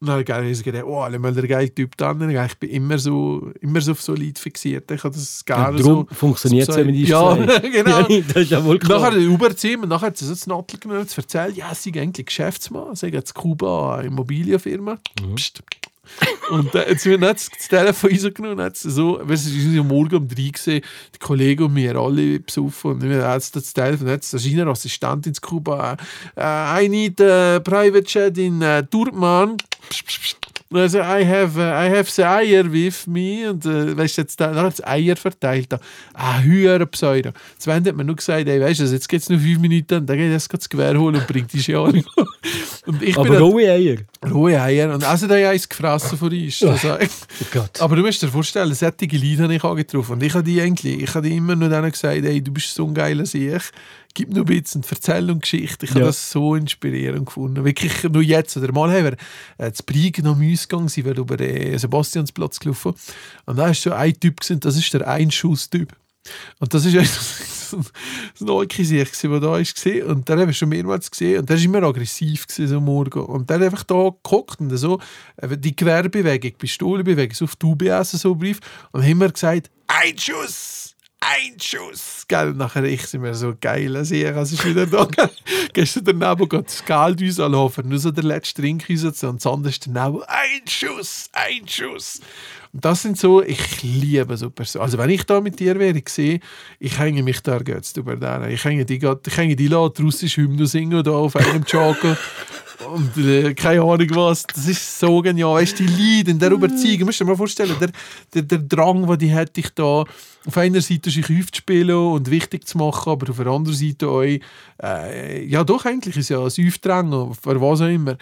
S2: Und dann habe ich gedacht, oh, alle mal der geile Typ da. drin. Ich bin immer so, immer so auf so Leute fixiert. Ich habe das gerne
S1: Darum
S2: also, so.
S1: funktioniert es
S2: so-
S1: ja mit uns
S2: Ja,
S1: zwei.
S2: genau.
S1: das ist ja wohl klar.
S2: Nachher überziehen und nachher hat sie so das Nattel genommen zu erzählen, ja, sie sind eigentlich Geschäftsmann, sie haben jetzt Kuba eine Immobilienfirma. Psst. Und dann hat sie mir nicht das Telefon rausgenommen und hat sie so, weißt du, wir sind ja morgen um drei gesehen, die Kollegen und wir alle besoffen und dann hat sie das Telefon, dann hat sie seine Assistentin in Kuba, äh, I need a private jet in äh, Turkman. Psst, psst, pst. Und Also, I have, äh, I have the Eier with me. Und äh, weißt du, jetzt da, dann hat das Eier verteilt. Da. Ah, höhere Pseudo. Jetzt wenn hat man nur gesagt, ey, weißt du, also jetzt geht es nur fünf Minuten, und dann geht es das Gewehr holen und bringt die Schere. und Und ich
S1: Aber
S2: bin
S1: rohe Eier.
S2: Ruheeier und also da habe ich gefressen von uns. Das sag ich.
S1: Oh Gott.
S2: Aber du musst dir vorstellen, solche Leute habe ich angetroffen. Und ich habe die eigentlich, ich habe die immer nur denen gesagt, hey, du bist so ein geiler Ich. Gib nur ein bisschen, erzähl und Geschichte. Ich habe
S1: Ja.
S2: das so inspirierend gefunden. Wirklich nur jetzt. Oder mal haben wir äh, zu Brieg am Ausgang, sind wir über den Sebastiansplatz gelaufen. Und da hast du so einen Typ gesehen, das ist der Einschusstyp. Und das ist ja so ein- so ein Alkisier, der da war. Und der habe ich schon mehrmals gesehen. Und der war immer aggressiv gewesen, so am Morgen. Und der hat einfach da geguckt und so eben die Querbewegung, die Pistolenbewegung, so auf die UBS so brief. Und haben immer gesagt: Ein Schuss! Ein Schuss! Gell? Und nachher ich sind mir so geil, als ich als ich wieder da gell? Gehst du daneben, geht das Geld uns anlaufen. Nur so der letzte Drink reinsetzen und das andere ist daneben: Ein Schuss! Ein Schuss! Und das sind so, ich liebe so Personen. Also wenn ich da mit dir wäre, sehe, ich hänge mich da jetzt über denen. Ich hänge die, grad- ich hänge die la die russische Hymne singen da auf einem Joggen. Und äh, keine Ahnung was, das ist so genial. Weißt du, die Leiden, der Überzeugung, musst du dir mal vorstellen, der, der, der Drang, den die hätte ich da, auf einer Seite sich aufzuspielen und wichtig zu machen, aber auf der anderen Seite euch, äh, ja doch, eigentlich ist ja ein Aufdrängen, für was auch immer,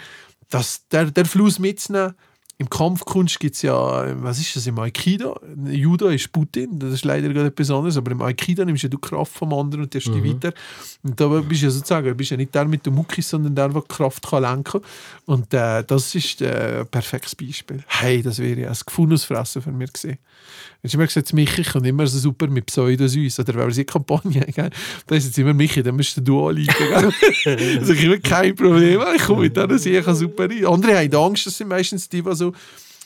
S2: dass der, der Fluss mitzunehmen, im Kampfkunst gibt es ja, äh, was ist das, im Aikido? Judo ist Putin, das ist leider gerade etwas anderes, aber im Aikido nimmst ja du Kraft vom anderen und tust dich weiter. Und da bist du ja sozusagen bist ja nicht der mit dem Muckis, sondern der, der die Kraft kann lenken Und äh, das ist äh, ein perfektes Beispiel. Hey, das wäre ja ein Gefundesfressen von mir gesehen. Jetzt immer gesagt, Michi kommt immer so super mit Pseudosäus oder wenn wir sie Kampagne haben, da ist jetzt immer Michi, dann müsstest du anliegen. gell? also ich habe kein Problem, ich komme mit denen, sie kann super rein. Andere haben Angst, das sind meistens die, die so,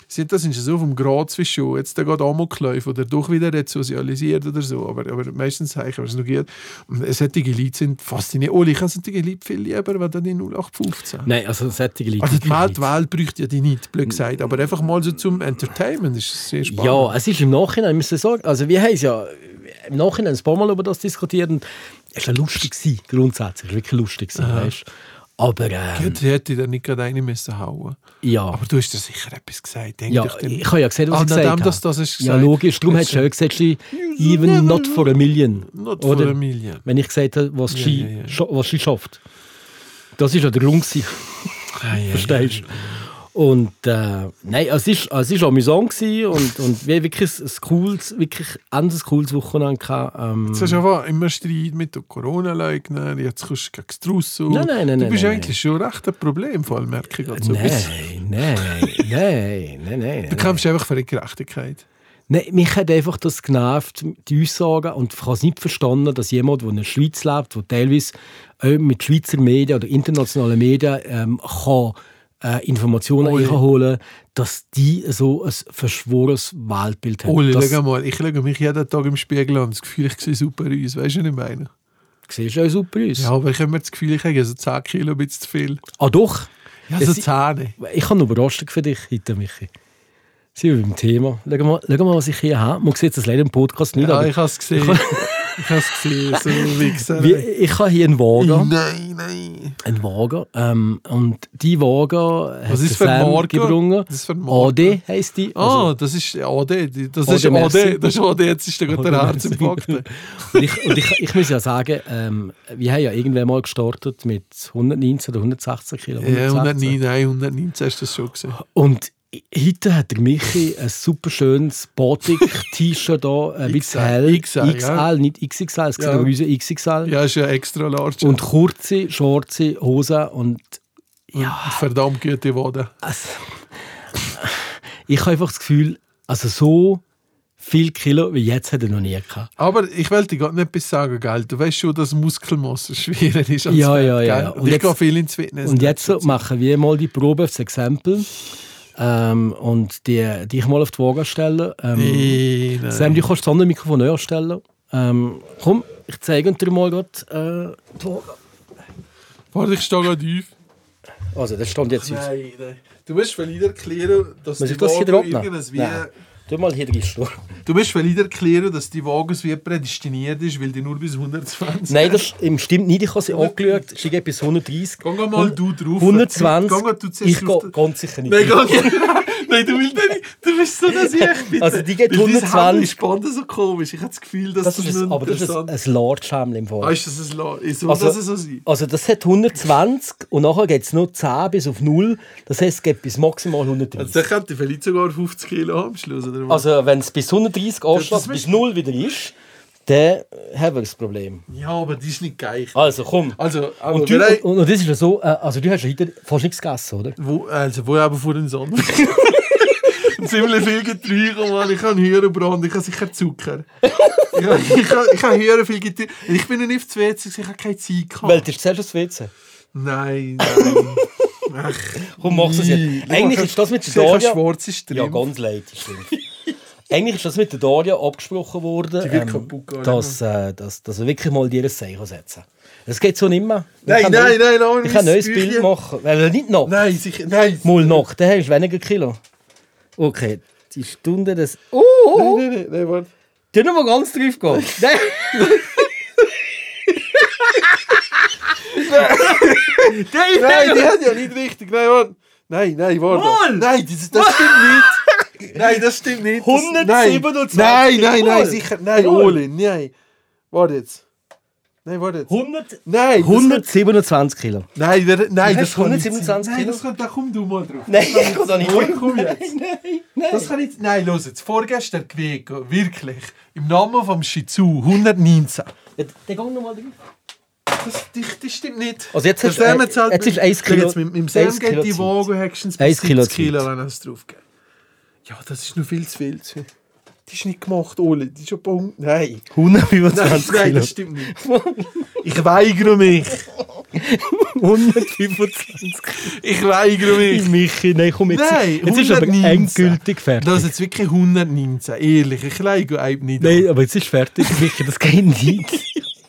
S2: sind, das sind so vom Grad zwischen, oh, jetzt da geht Amokläufe oder doch wieder jetzt sozialisiert oder so, aber, aber meistens habe ich es noch gut. Und solche Leute sind faszinierend. Oli, ich habe solche Leute viel lieber, weil dann die 0815.
S1: Nein, also sättige Leute.
S2: Also die
S1: wirklich
S2: Welt,
S1: nicht.
S2: Welt bräuchte ja die nicht, blöd gesagt, aber einfach mal so zum Entertainment ist es sehr spannend.
S1: Ja, es ist im Nachhinein, müssen wir sagen, also wir haben es ja äh, im Nachhinein ein paar Mal über das diskutiert und es war ja lustig, gewesen, grundsätzlich, wirklich lustig, gewesen, weißt du. Aber
S2: Ja,
S1: ähm,
S2: die hätte dann nicht gerade eine müssen hauen.
S1: ja,
S2: Aber du hast dir sicher etwas gesagt. Denk
S1: ja,
S2: doch dem-
S1: ich habe ja gesehen, was
S2: Ah,
S1: ich
S2: nach
S1: gesagt
S2: dem,
S1: habe.
S2: dass das ist
S1: ja,
S2: gesagt,
S1: logisch, darum
S2: hast
S1: hast du ja gesagt,
S2: never
S1: even not for a million.
S2: Not for
S1: oder? Mm.
S2: a million.
S1: Wenn ich gesagt habe, was,
S2: Ja,
S1: sie,
S2: ja, ja.
S1: scha- was sie schafft. Das war ja der Grund. gewesen. Ah, Verstehst du? Und äh, nein, es ist, es ist amüsant gewesen und, und wir haben wirklich ein, ein cooles, wirklich ein cooles Wochenende gehabt. Ähm,
S2: Jetzt hast du aber immer Streit mit den Corona-Leugnern, jetzt kommst du gegen das Russo.
S1: Nein, nein, nein,
S2: Du
S1: nein,
S2: bist
S1: nein,
S2: eigentlich schon recht ein Problem, vor allem merke ich gerade so ein bisschen.
S1: nein, nein, nein, nein, nein,
S2: Du
S1: nein.
S2: kämpfst einfach für die Gerechtigkeit.
S1: nein. Mich hat einfach das genervt, die Aussagen, und ich habe es nicht verstanden, dass jemand, der in der Schweiz lebt, der teilweise äh, mit Schweizer Medien oder internationalen Medien ähm, kann, äh, Informationen
S2: Ui.
S1: einholen dass die so ein verschworenes Weltbild haben.
S2: Oli,
S1: das
S2: schau mal, ich schaue mich jeden Tag im Spiegel an, das Gefühl, ich sehe super aus, weißt du, was ich meine?
S1: siehst du ja super aus.
S2: Ja, aber ich habe mir das Gefühl, ich habe so 10 Kilo ein bisschen zu viel. Also
S1: Ah doch,
S2: Ja,
S1: Das
S2: so
S1: i-
S2: 10.
S1: ich habe eine Überraschung für dich heute, Michi. Sind wir beim Thema. Schau mal, schau mal was ich hier habe. Man sieht das leider im Podcast nicht,
S2: Ja,
S1: aber
S2: ich habe es gesehen. ich habe es gesehen, so Wichser.
S1: wie, ich habe hier einen Wagen.
S2: Nein, nein.
S1: Ein Wagen. Ähm, und die Wagen
S2: Was
S1: hat
S2: ist
S1: der
S2: für ein
S1: Sam
S2: Morgen?
S1: gebrungen.
S2: Das ist für ein Morgen.
S1: AD heisst die. Also,
S2: Ah, das ist AD. die- Das
S1: AD,
S2: ist AD.
S1: merci.
S2: Das ist AD. Jetzt ist der gute
S1: Oder
S2: Herzinfarkt.
S1: merci. und ich, und ich, ich muss ja sagen, ähm, wir haben ja irgendwann mal gestartet mit 119 oder 116 Kilo.
S2: Ja,
S1: 116.
S2: 109, nein, 119 hast du das schon gesehen.
S1: Und heute hat der Michi ein super schönes Batik-T-Shirt da, ein bisschen
S2: XL,
S1: hell.
S2: XL, ja.
S1: nicht XXL, es sieht
S2: Ja.
S1: ja. unser XXL.
S2: Ja, ist ja extra large.
S1: Und kurze, schwarze Hosen und
S2: Und verdammt gute Wade.
S1: also, ich habe einfach das Gefühl, also so viel Kilo wie jetzt hat er noch nie gehabt.
S2: Aber ich wollte dir gerade nicht etwas sagen, gell? Du weißt schon, dass Muskelmasse schwerer ist als
S1: Ja,
S2: Fett,
S1: ja, ja.
S2: gell? Und,
S1: Und
S2: ich
S1: jetzt-
S2: gehe viel ins Fitness.
S1: Und jetzt so machen wir mal die Probe aufs Exempel ähm, und die, dich mal auf die Waage stellen. Ähm,
S2: Nein, nein.
S1: Sam, du kannst das andere Mikrofon näher stellen. Ähm, komm, ich zeige dir mal gerade äh, die Waage.
S2: Warte, ich stehe gerade auf.
S1: Also, das stand jetzt aus.
S2: Nein, nein. Du musst vielleicht erklären, dass
S1: Muss
S2: die
S1: ich das hier
S2: Wade
S1: drauf nehmen?
S2: irgendwas wie
S1: Nein. Tu mal hier reinstehen.
S2: Du musst vielleicht erklären, dass die Wagen wie prädestiniert ist, weil die nur bis 120
S1: Nein, das ähm, stimmt nicht. Ich habe sie angeschaut. Es ist bis 130.
S2: Geh mal du drauf.
S1: 120.
S2: Geh mal du zuerst
S1: ich
S2: auf
S1: gehe
S2: den-
S1: ganz sicher nicht.
S2: Nein, Gott. Nein, du willst nicht. Du bist so dass ich bitte.
S1: Also, die geht
S2: Weil dein
S1: 120.
S2: Handel ist spannend so komisch. Ich habe das Gefühl, dass
S1: das ist ein, aber das ist ein,
S2: interessant-
S1: ein Large-Hämli im Fall.
S2: Ah, ist das ein La ist so,
S1: Also-
S2: dass es so sein?
S1: Also das hat 120 und nachher geht es noch 10 bis auf 0. Das heisst, es geht bis maximal 130.
S2: Also, der könnte vielleicht sogar 50 Kilo am Schluss, oder was?
S1: Also wenn es bis 130 anschlägt,
S2: das
S1: bis
S2: müsst-
S1: 0 wieder ist, dann haben wir das Problem.
S2: ja, aber die ist nicht geil.
S1: Also komm.
S2: Also, aber
S1: Also- und, du,
S2: vielleicht-
S1: und, und das ist ja so, äh, also du hast heute fast nichts gegessen, oder?
S2: Wo, also, wo eben vor den Sonnen? Ziemlich viel Getreide, Mann. Ich habe höheren Brand, ich habe sicher Zucker. Ich habe, ich habe, ich habe höher viel Getreide. Ich bin noch nicht auf das WC, gewesen, ich habe keine Zeit gehabt.
S1: Weil du hast zuerst das WC.
S2: Nein, nein. Ach,
S1: Komm, mach's es
S2: nein.
S1: jetzt. Eigentlich
S2: Schau,
S1: ist das mit der
S2: sicher
S1: Daria...
S2: schwarze Streifen.
S1: Ja, ganz leid, das stimmt. Eigentlich ist das mit der Daria abgesprochen worden, ähm,
S2: Die wird kaputt gehen,
S1: dass, äh, dass, dass wir wirklich mal dir ein Zeichen setzen. Das geht so nicht mehr. Ich
S2: Nein,
S1: kann
S2: nein,
S1: nicht-
S2: nein, lass mich
S1: Ich kann ein neues
S2: Büchlein.
S1: Bild machen. Weil nicht noch.
S2: Nein, sicher, nein.
S1: Mal noch, dann hast du weniger Kilo. Okay, die Stunde des... Oh,
S2: Nein,
S1: oh, oh.
S2: nein, nein, nein, warte.
S1: Du noch mal ganz drauf gehen. Nein. Nein,
S2: Nein, die hat ja nicht richtig. Nein, warte. Nein, nein, warte.
S1: Wohl!
S2: Nein, das, das stimmt nicht. Nein, das stimmt nicht. Das- nein.
S1: 127.
S2: Nein, nein, nein,
S1: Wohl.
S2: sicher. Nein,
S1: Wohl.
S2: Oli, nein. Warte jetzt. Nein, warte jetzt.
S1: 100...
S2: Nein, das-
S1: 127 Kilo.
S2: Nein, wer, nein,
S1: Du
S2: das
S1: hast
S2: kann nicht sein.
S1: 127
S2: Nein,
S1: Kilo?
S2: das kann, da komm du mal drauf.
S1: Nein, ich kann da nicht
S2: Wohl, komm jetzt.
S1: Nein, nein.
S2: Das kann ich. Nein, los jetzt. Vorgestern gewegen, wirklich. Im Namen vom Shizu 119.
S1: Ja, Dann geh nochmal drauf.
S2: Das, das, das stimmt nicht.
S1: Also jetzt
S2: Der
S1: hast du-
S2: Sam
S1: äh,
S2: erzählt
S1: jetzt
S2: mir-
S1: ist eins Kilo-
S2: Jetzt mit, mit dem
S1: eins
S2: Sam
S1: Kilo
S2: geht die
S1: Zeit.
S2: Waage höchstens
S1: Eins
S2: bis
S1: Kilo
S2: 70 Kilo,
S1: Zeit.
S2: wenn er es draufgeht. Ja, das ist noch viel zu viel. zu viel. Die ist nicht gemacht, Oli. Die ist schon ein paar hundert- Nein.
S1: 125
S2: nein,
S1: Kilo.
S2: das stimmt nicht. Ich weigere mich.
S1: 125
S2: Ich weigere mich.
S1: Michi, nein, komm jetzt.
S2: Nein,
S1: jetzt ist aber
S2: 119.
S1: endgültig fertig.
S2: Das ist jetzt wirklich 119. Ehrlich, ich leige euch nicht.
S1: Nein, aber jetzt ist fertig, Michi, das geht nicht.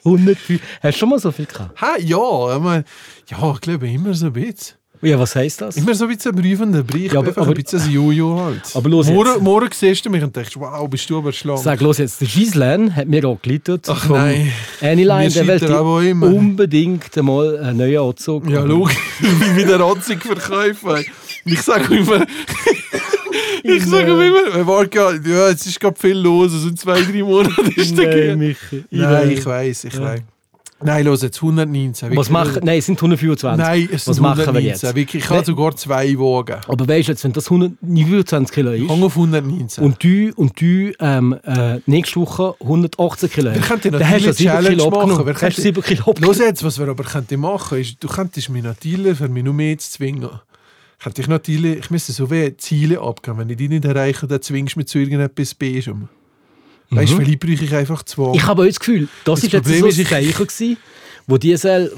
S1: 105. Hast du schon mal so viel gehabt?
S2: Hä? Ja, ich meine, ja, ich glaube immer so ein bisschen.
S1: Ja, was heisst das?
S2: Immer so ein bisschen ein prüfender Brief.
S1: Ja, aber-
S2: einfach
S1: aber-
S2: ein bisschen ein Jojo halt.
S1: Aber los jetzt.
S2: morgen, morgen siehst du mich und denkst, wow, bist du aber schlank.
S1: Sag los jetzt, der Gislan hat mir auch geleitet.
S2: Ach nein.
S1: Anyline,
S2: Wir
S1: der will
S2: scheitern aber auch
S1: dir
S2: immer.
S1: unbedingt einmal einen neuen Anzug
S2: Ja,
S1: haben.
S2: logisch, wie mit der Ranzig verkaufen. Ich sage immer, ich sage immer, wir warten ja, ja, jetzt ist gerade viel los, also in zwei, drei Monaten ist der
S1: Nein,
S2: Geld.
S1: Michi.
S2: Nein, ich weiß, ich weiß. Nein, los, jetzt 119.
S1: Was
S2: wirklich.
S1: machen? Nein, es sind 125.
S2: Nein, es
S1: was
S2: sind
S1: machen
S2: 119.
S1: wir jetzt? Ne-
S2: Wirklich, ich habe sogar zwei Wagen.
S1: Aber weißt du jetzt, wenn das 129 Kilo ist
S2: Hang auf 119.
S1: und du, und du ähm, äh, nächste Woche 118 Kilo
S2: wir
S1: hast,
S2: könnten
S1: dann hast
S2: natürlich
S1: du ja
S2: eine
S1: 7
S2: Challenge
S1: Kilo
S2: machen.
S1: abgenommen. Dann
S2: Wir
S1: Hast du
S2: könnten-
S1: 7 Kilo abgenommen.
S2: Los jetzt, was wir aber könnten machen ist, du könntest mich natürlich für mich noch mehr zu zwingen. Könnte ich natürlich, ich müsste so wie Ziele abgeben. Wenn ich die nicht erreiche, dann zwingst du mich zu irgendetwas Besum. Weißt du, vielleicht brauche ich einfach zwei.
S1: Mhm. Ich habe auch das Gefühl, das,
S2: Das
S1: ist jetzt
S2: Problem
S1: so
S2: ist,
S1: ein
S2: ich-
S1: Zeichen gewesen, wo die soll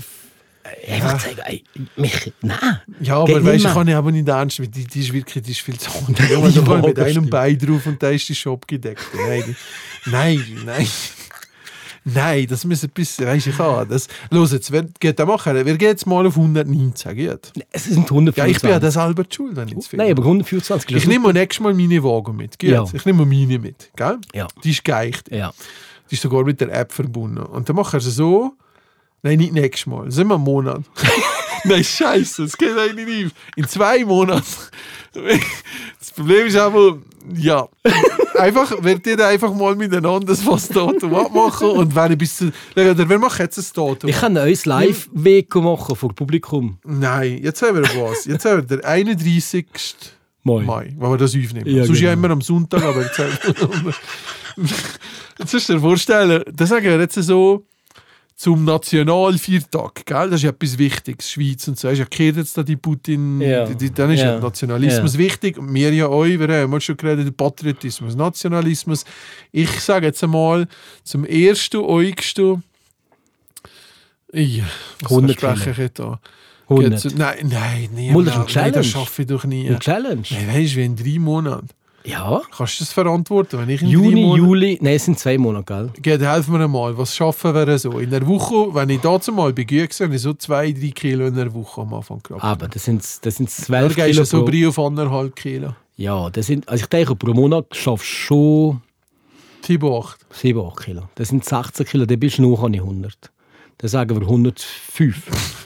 S1: äh, einfach sagen, ey, mich, nein.
S2: Ah. ja,
S1: geht nicht
S2: aber weißt du,
S1: mehr.
S2: ich kann ich aber nicht ernst, weil die, die ist wirklich die ist viel zu hungrig.
S1: Ja,
S2: Da kann ich mit
S1: das
S2: einem
S1: stimmt.
S2: Bein drauf und da ist die Shop gedeckt. Nein, die- nein, nein. Nein, das müssen ein bisschen, weißt du, ich kann das. Los jetzt, wer geht da machen? Wir gehen jetzt mal auf 119, geht?
S1: Es sind
S2: Ja, ich bin ja
S1: 125.
S2: das selber die schuld, wenn ich zu viel
S1: Nein, aber 124 Kilo.
S2: Ich nehme nächstes Mal meine Wagen mit. Gut.
S1: Ja.
S2: Ich nehme meine mit. Gell?
S1: Ja.
S2: Die ist geeicht.
S1: Ja.
S2: Die ist sogar mit der App verbunden. Und dann machen sie so. Nein, nicht nächstes Mal. Sind wir einen Monat. Nein, scheiße, das geht eigentlich nicht auf. In zwei Monaten. Das Problem ist aber, ja. Einfach, wird ihr einfach mal miteinander was Datum abmachen und wer ein bisschen. Oder wer macht jetzt ein Datum?
S1: Ich kann ein neues Live-Weg machen vor Publikum.
S2: Nein, jetzt haben wir was. Jetzt haben wir den 31.
S1: Moin.
S2: Mai, wenn wir das aufnehmen.
S1: Ja,
S2: Sonst ja
S1: genau.
S2: immer am Sonntag, aber jetzt Jetzt musst du dir vorstellen, das sagen wir jetzt so zum Nationalviertag, gell? Das ist ja etwas Wichtiges, Schweiz und so. Ist ja kehrt jetzt da die Putin,
S1: Ja.
S2: die, die, dann ist
S1: Ja.
S2: ja Nationalismus
S1: Ja.
S2: wichtig. Und wir ja euch, wir haben ja schon geredet, Patriotismus, Nationalismus. Ich sage jetzt einmal zum ersten, euchsten, ich, was
S1: 100
S2: spreche ich jetzt an?
S1: 100.
S2: Jetzt- Nein, nein, nie.
S1: Mal, das ist eine
S2: nein, das
S1: Challenge.
S2: schaffe ich doch nie.
S1: Eine Challenge.
S2: Nein, weißt du, wie in drei Monaten.
S1: Ja.
S2: Kannst du das verantworten? Wenn ich in drei
S1: Juni,
S2: Monaten,
S1: Juli, nein, es sind zwei Monate, gell?
S2: Geht, helf mir mal, was schaffen wir so? In der Woche, wenn ich dazu mal bei Güte war, habe ich so zwei, drei Kilo in der Woche am Anfang gehabt.
S1: Aber das sind, das sind
S2: Da
S1: 12
S2: gehst
S1: Ah, Kilo
S2: du so
S1: pro...
S2: brei auf anderthalb Kilo.
S1: Ja, das sind, also ich denke, pro Monat schaffst du schon
S2: 7, 8.
S1: 7, 8 Kilo. Das sind 16 Kilo, dann bist du noch an die 100. Dann sagen wir 105.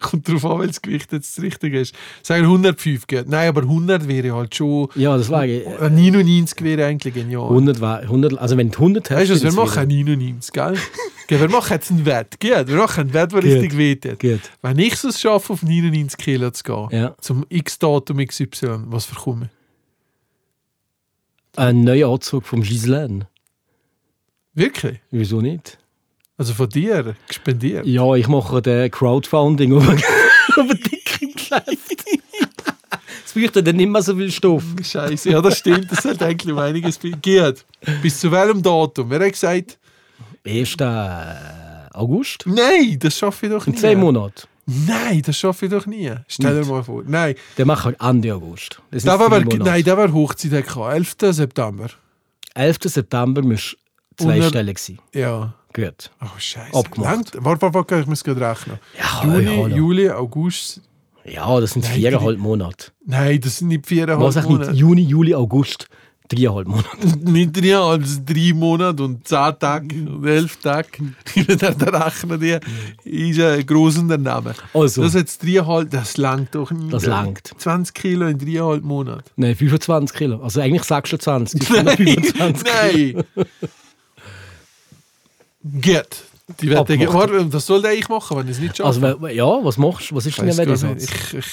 S2: Kommt drauf an, welches Gewicht jetzt das Richtige ist. Sagen wir 105 geht. Nein, aber 100 wäre halt schon.
S1: Ja, das war eigentlich-
S2: Ein 99 wäre eigentlich genial.
S1: 100 war, 100, also wenn du 100 hast,
S2: Weißt du, was,
S1: dann
S2: wir
S1: ist
S2: machen
S1: wieder-
S2: 99, gell? Gell, wir machen jetzt einen Wett. Gut, wir machen einen Wett, der richtig wettet.
S1: gut.
S2: Wenn ich es schaffe, auf 99 Kilo zu gehen,
S1: Ja.
S2: zum X-Datum XY, was verkomme ich?
S1: Ein neuer Anzug vom Giselaine.
S2: Wirklich?
S1: Wieso nicht?
S2: Also von dir gespendiert.
S1: Ja, ich mache den Crowdfunding über, über dicke Geschäfte. Es bräuchte dann nicht mehr so viel Stoff.
S2: Scheiße, ja, das stimmt. Das hat eigentlich um einiges be- Geht. Bis zu welchem Datum? Wer hat gesagt,
S1: 1. August?
S2: nein, das schaffe ich doch
S1: In
S2: nie.
S1: zwei Monaten.
S2: Nein, das schaffe ich doch nie. Stell dir mal vor. Nein,
S1: Dann machen wir Ende August. Das
S2: da
S1: sind
S2: war,
S1: drei Monate.
S2: nein, da war Hochzeit, der kann. 11. September.
S1: 11. September müsst zweistellig sein.
S2: Ja.
S1: Gut.
S2: Oh, Scheiße.
S1: Abgemacht.
S2: Lang, warte, warte, warte, ich muss gerade rechnen.
S1: Ja,
S2: Juni,
S1: ja, ja.
S2: Juli, August.
S1: Ja, das sind
S2: Nein,
S1: viereinhalb Monate.
S2: Nein, das sind nicht viereinhalb
S1: Was ich nicht?
S2: Monate.
S1: Juni, Juli, August. Dreieinhalb Monate.
S2: Nicht dreieinhalb, das sind drei Monate und zehn Tage
S1: Mhm.
S2: und elf Tage. da da rechnen die. Ist ein grosser Name.
S1: Also.
S2: Das jetzt dreieinhalb, das langt doch nicht.
S1: Das langt.
S2: 20 Kilo in dreieinhalb Monaten.
S1: Nein, 25 Kilo. Also eigentlich 26. Nein, 25
S2: Nein! Geht. Die Wette geht.
S1: Abgemacht.
S2: Warte, Was soll der ich machen, wenn ich es nicht schaffe?
S1: Also, we- we- ja, was machst du? Was ist denn
S2: Weiss
S1: der
S2: gar nicht.
S1: Wetteinsatz?
S2: ich, ich,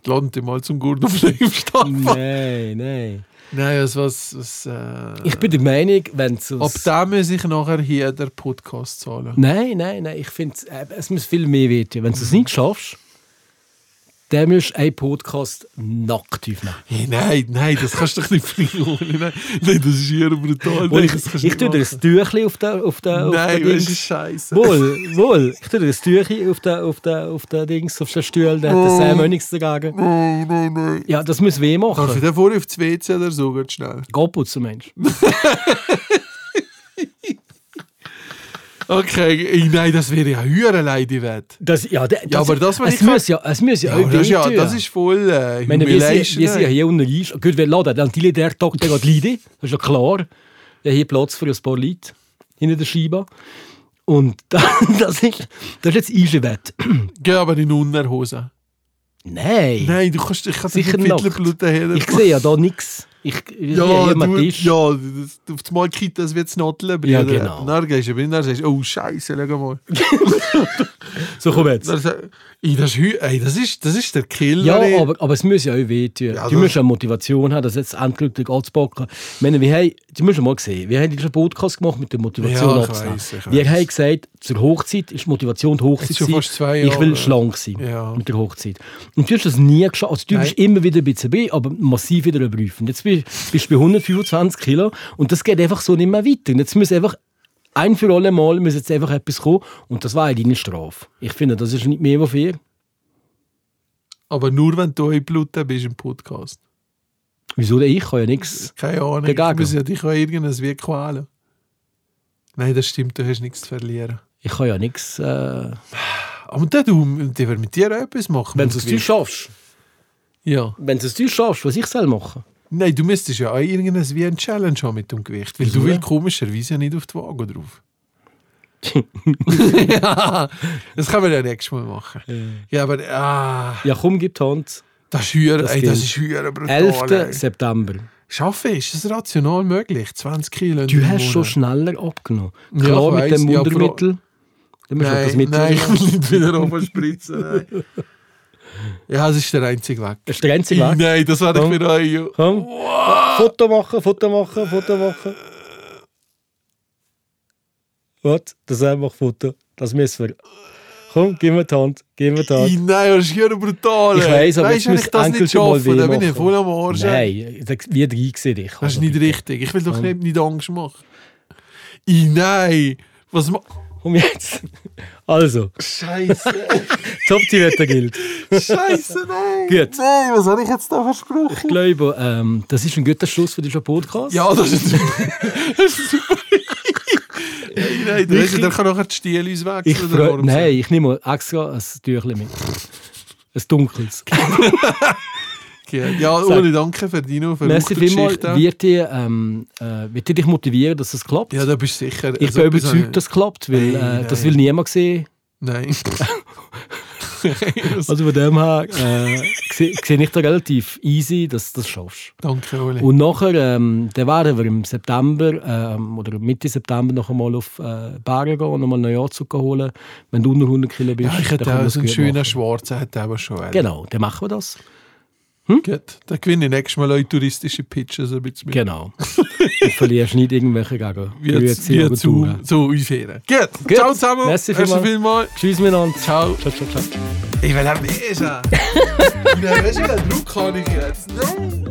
S2: ich lande mal zum Gurten auf dem Staffel.
S1: Nein, nein.
S2: Nein, es was. was äh,
S1: Ich bin der Meinung, wenn es.
S2: ab dem muss ich nachher hier der Podcast zahlen.
S1: Nein, nein, nein. Ich finde, äh, es muss viel mehr werden. Wenn du
S2: Mhm.
S1: es nicht schaffst, dann musst du einen Podcast nackt aufnehmen.
S2: Hey, nein, nein, das kannst du doch nicht verlieren. Nein, nein, das ist hier brutal.
S1: Und
S2: Nein,
S1: ich
S2: das kannst
S1: ich,
S2: du
S1: tue dir
S2: nicht
S1: ein Tüchli auf den auf den,
S2: machen.
S1: auf
S2: Nein,
S1: den
S2: das ist
S1: Dings.
S2: scheiße.
S1: Wohl, wohl. Ich tue dir ein Tüchli auf den, auf den, auf den Dings, auf den Stuhl. Da hat der Sam auch nichts dagegen.
S2: Nein, nein, nein.
S1: Ja, das muss weh
S2: Oh. Darf ich
S1: machen.
S2: den vor auf das WC oder so geht schnell?
S1: Geh putzen, Mensch.
S2: Okay, ey, nein, das wäre ja höher Leide wert.
S1: Das, ja, das,
S2: Ja, aber das, wenn
S1: es
S2: ich-
S1: muss ja, es muss ja,
S2: Ja,
S1: auch
S2: das, ist ja,
S1: wehtun.
S2: das ist voll äh,
S1: Ich meine, wir sind,
S2: Humiliation,
S1: wir sind ja
S2: ey.
S1: hier unten reich. Gut, wir laden dann die der Tag, der geht leiden. Das ist ja klar. Ja, hier Platz für ein paar Leute hinter der Scheibe. Und das ist, das ist jetzt unser Wett.
S2: Geh aber in Unterhose.
S1: Nein.
S2: Nein, du kannst, ich kann
S1: Sicher
S2: nicht
S1: nackt.
S2: Fiddlerbluten haben.
S1: Ich sehe ja da nichts. Ich, ich sehe
S2: Ja,
S1: hier mal
S2: du,
S1: Tisch.
S2: ja, das- auf das Mal geht das wird es Noteln
S1: Ja, genau.
S2: Dann gehst du rein und sagst, oh Scheiße, schau mal.
S1: So, komm jetzt.
S2: Dann sag- Ey, das, ist, hü- ey, das, ist, das ist der Killer.
S1: Ja,
S2: ey.
S1: aber, aber es muss ja auch wehtun.
S2: Ja,
S1: du
S2: das-
S1: musst ja Motivation haben, das jetzt endgültig anzupacken. Ich meine, wir haben, du musst ja mal sehen, wir haben diesen Podcast gemacht mit der Motivation
S2: Ja, ich
S1: abzunehmen.
S2: weiss, ich
S1: Wir
S2: weiss.
S1: haben gesagt, zur Hochzeit ist die Motivation die Hochzeit.
S2: Jetzt schon
S1: sein.
S2: fast zwei
S1: ich will
S2: Jahre.
S1: schlank sein
S2: Ja.
S1: mit der Hochzeit. Und du hast das nie geschafft. Also, du
S2: Nein.
S1: bist immer wieder ein bisschen bei, aber massiv wieder überprüfen. Jetzt bist, bist du bei 125 Kilo und das geht einfach so nicht mehr weiter. Und jetzt muss einfach ein für alle Mal muss jetzt einfach etwas kommen und das war ja deine Strafe. Ich finde, das ist nicht mehr als fair.
S2: aber nur wenn du eingebluten bist im Podcast.
S1: Wieso denn ich? Ich kann ja nichts.
S2: Keine Ahnung.
S1: Der Gago.
S2: Ich muss ja dich auch irgendwas wie quälen. Nein, das stimmt, du hast nichts zu verlieren.
S1: Ich kann ja nichts. Äh,
S2: Aber dann, du, der wird mit dir auch etwas machen.
S1: wenn
S2: mit
S1: du es
S2: Gewicht.
S1: dir schaffst.
S2: Ja.
S1: Wenn du es dir schaffst, was ich soll machen.
S2: Nein, du müsstest ja auch irgendwas wie ein Challenge haben mit dem Gewicht. Weil
S1: Wieso?
S2: du willst komischerweise ja nicht auf die Waage drauf. ja, das können wir ja nächstes Mal machen. Ja, aber ah,
S1: Ja, komm, gib die Hand.
S2: das ist höher,
S1: Das
S2: ey, das
S1: gilt.
S2: ist höher brutal.
S1: 11.
S2: ey.
S1: September.
S2: Schaffe ich, ist das rational möglich? 20 Kilo. in
S1: Du
S2: einem
S1: hast schon
S2: Monat.
S1: schneller abgenommen.
S2: Ja,
S1: Klar,
S2: ich
S1: mit
S2: weiss,
S1: dem
S2: ja, aber-
S1: Wundermittel. Dann musst du das
S2: Nein,
S1: Mittel
S2: nein, ich
S1: nehmen.
S2: will nicht wieder runterspritzen. nein. Ja, das ist der einzige Weg.
S1: Das ist der einzige Weg.
S2: Nein, das war ich
S1: Komm.
S2: mir auch.
S1: Komm. Foto machen, Foto machen, Foto machen. Warte, das einfach Foto. Das müssen wir. Komm, gib mir die Hand. Gib mir die Hand.
S2: Ey, Nein, das ist hier brutal.
S1: Ich
S2: ey.
S1: weiß, aber jetzt
S2: Weisst, wenn
S1: müsste
S2: ich das
S1: Enkel
S2: nicht
S1: schon mal
S2: schaffe, dann bin
S1: weh
S2: ich
S1: machen.
S2: voll am Arsch. ey.
S1: Nein, da- wie drei sehe ich.
S2: Das ist nicht richtig. Ich will doch nicht, nicht Angst machen. I, nein! Was ma
S1: Komm jetzt. Also,
S2: Scheiße!
S1: top die Wette gilt.
S2: Scheiße, nein!
S1: Gut.
S2: Nein, was habe ich jetzt da versprochen?
S1: Ich glaube, ähm, das ist ein guter Schluss für diesen Podcast.
S2: Ja, das ist super. das ist super. nein, nein, der,
S1: Ich-
S2: der kann nachher die Stiele uns wechseln.
S1: ich
S2: oder
S1: freu,
S2: warum
S1: Nein, ich nehme extra ein Tüchlein mit. Ein dunkles.
S2: so. Ja, ja
S1: Sag.
S2: Uli, danke für deine
S1: Merci
S2: verrückte
S1: vielmals.
S2: Geschichte.
S1: Wird die, ähm, äh, wird die dich motivieren, dass es klappt?
S2: Ja, da bist du sicher.
S1: ich
S2: Also,
S1: bin
S2: etwas habe ich-
S1: überzeugt, dass es klappt, weil
S2: Nein,
S1: äh, das
S2: nein.
S1: will niemand sehen.
S2: Nein.
S1: Also von dem her äh, sehe sehe ich da relativ easy, dass du das schaffst.
S2: Danke, Uli.
S1: Und nachher, ähm, dann werden wir im September ähm, oder Mitte September noch einmal auf äh, Bergen gehen und nochmal einen Jahrzucker holen. Wenn du unter 100 Kilo bist,
S2: ja, ich
S1: dann
S2: hätte
S1: kann man
S2: auch
S1: das
S2: so einen
S1: gut
S2: schönen
S1: machen.
S2: Schwarzen, hätte aber schon einen.
S1: Genau, dann machen wir das.
S2: Gut. Dann gewinne ich nächstes Mal eure touristische Pitches ein bisschen mit.
S1: Genau. du verlierst nicht irgendwelche Gegner.
S2: Jetzt,
S1: Grüezi,
S2: wir zu,
S1: Agenturen.
S2: zu einfähren. Gut.
S1: Gut.
S2: Ciao zusammen.
S1: Merci
S2: Merci
S1: vielmals.
S2: vielmals.
S1: Tschüss miteinander.
S2: Ciao.
S1: Ciao, ciao, ciao.
S2: Ich will auch mehr. Weißt du, wie viel Druck habe ich jetzt? No.